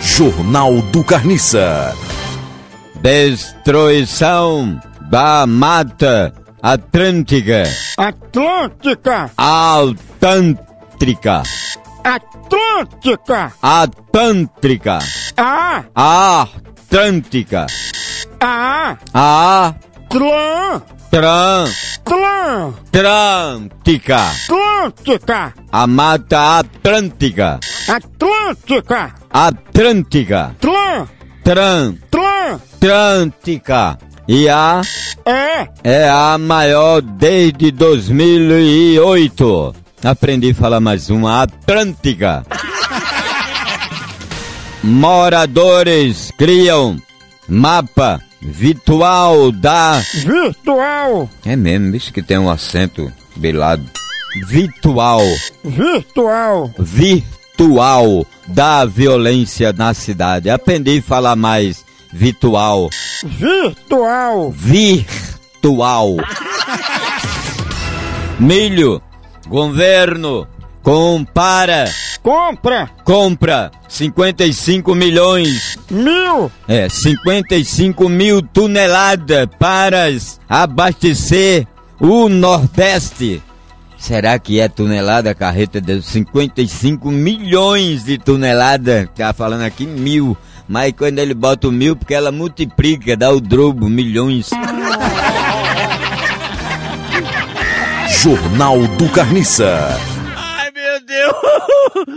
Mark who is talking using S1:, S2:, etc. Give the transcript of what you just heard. S1: Jornal do Carniça.
S2: Destruição da Mata Atlântica.
S3: Atlântica!
S2: Altântrica.
S3: Atlântica!
S2: Atântrica.
S3: A!
S2: Atlântica.
S3: A! Clã!
S2: Atlântica.
S3: Clã! Atlântica!
S2: A Mata Atlântica.
S3: Atlântica!
S2: Atlântica.
S3: Clã!
S2: Tran.
S3: Clã!
S2: Atlântica. E a
S3: É!
S2: é a maior desde 2008. Aprendi a falar mais uma, Atlântica. Moradores criam mapa virtual da...
S3: Virtual!
S2: É mesmo, bicho que tem um acento bilado. Virtual,
S3: Virtual!
S2: virtual da violência na cidade. Aprendi a falar mais virtual.
S3: Virtual!
S2: virtual. Milho, governo, compara,
S3: Compra!
S2: compra 55 milhões,
S3: Mil!
S2: é, 55 mil toneladas para as- abastecer o Nordeste. Será que é tonelada, carreta de 55 milhões de toneladas? Tá falando aqui mil, mas quando ele bota o mil, porque ela multiplica, dá o drobo, milhões.
S1: Jornal do Carniça.
S2: Ai, meu Deus!